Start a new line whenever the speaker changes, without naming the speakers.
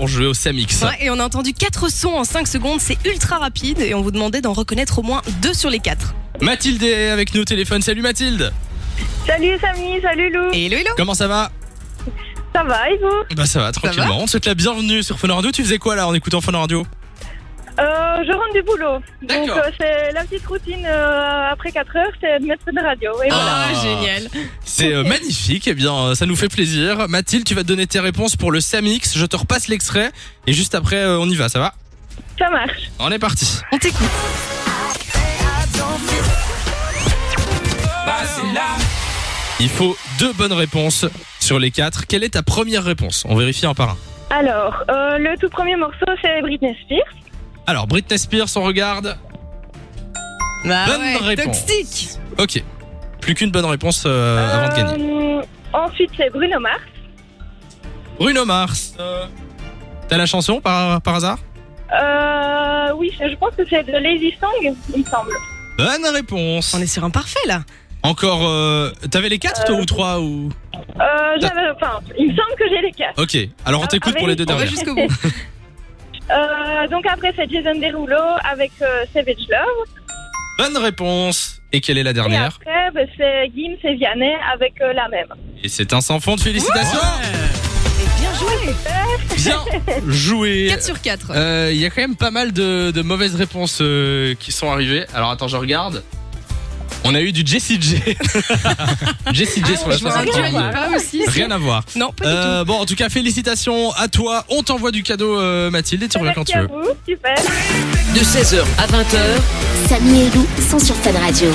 On jouait au Samix.
Ouais, Hein, et on a entendu 4 sons en 5 secondes, c'est ultra rapide et on vous demandait d'en reconnaître au moins 2 sur les 4.
Mathilde est avec nous au téléphone. Salut Mathilde.
Salut Samy, salut Lou.
Hello, hello
Comment ça va
Ça va et vous
Bah ça va tranquillement. on te souhaite la bienvenue sur Fun Radio. Tu faisais quoi là en écoutant Fun Radio
euh, Je rentre du boulot. Donc
D'accord.
euh, c'est la petite routine euh, après 4 heures, c'est de mettre de radio. Et voilà.
Ah.
génial
C'est euh, magnifique. Eh bien euh, ça nous fait plaisir. Mathilde, tu vas te donner tes réponses pour le Samix. Je te repasse l'extrait et juste après euh, on y va. Ça va Ah.
Ça marche.
On est parti.
On t'écoute.
Il faut deux bonnes réponses sur les quatre. Quelle est ta première réponse On vérifie un par un.
Alors, euh, le tout premier morceau, c'est Britney Spears.
Alors Britney Spears, on regarde.
Bah
Bonne réponse.
Toxique
Ok. Plus qu'une bonne réponse euh, avant de gagner.
Euh, ensuite, c'est Bruno Mars.
Bruno Mars. euh, T'as la chanson par, par hasard
Euh, oui, je pense que c'est de Lazy Song, il me semble.
Bonne réponse.
On est sur un parfait là
Encore, euh, t'avais les quatre toi
Euh,
ou trois ou
Euh, j'avais-
Ah.
enfin, il me semble que j'ai les quatre.
Ok. Alors
Ah,
on t'écoute
avec-
pour les deux
On va
dernières.
jusqu'au bout.
Euh, donc après, c'est Jason Derulo avec euh, Savage Love.
Bonne réponse. Et quelle est la
Et
dernière
après, ben, c'est Gims et Vianney avec euh, la même.
Et c'est un sans fond de félicitations.
Et bien joué
Bien joué. Euh,
4 sur 4.
Il y a quand même pas mal de, de mauvaises réponses euh, qui sont arrivées. Alors attends, je regarde. On a eu du Jessie J. Jessie J sur la
Ah, je vois un
60.
duel, pas aussi. si.
Rien à voir.
Non, pas du
Euh, bon, en tout cas, félicitations à toi. On t'envoie du cadeau, euh, Mathilde, et tu reviens quand
Bah, Merci
tu
à
veux.
vous, super.
de 16h à 20h
Samy et Lou sont sur Fan Radio.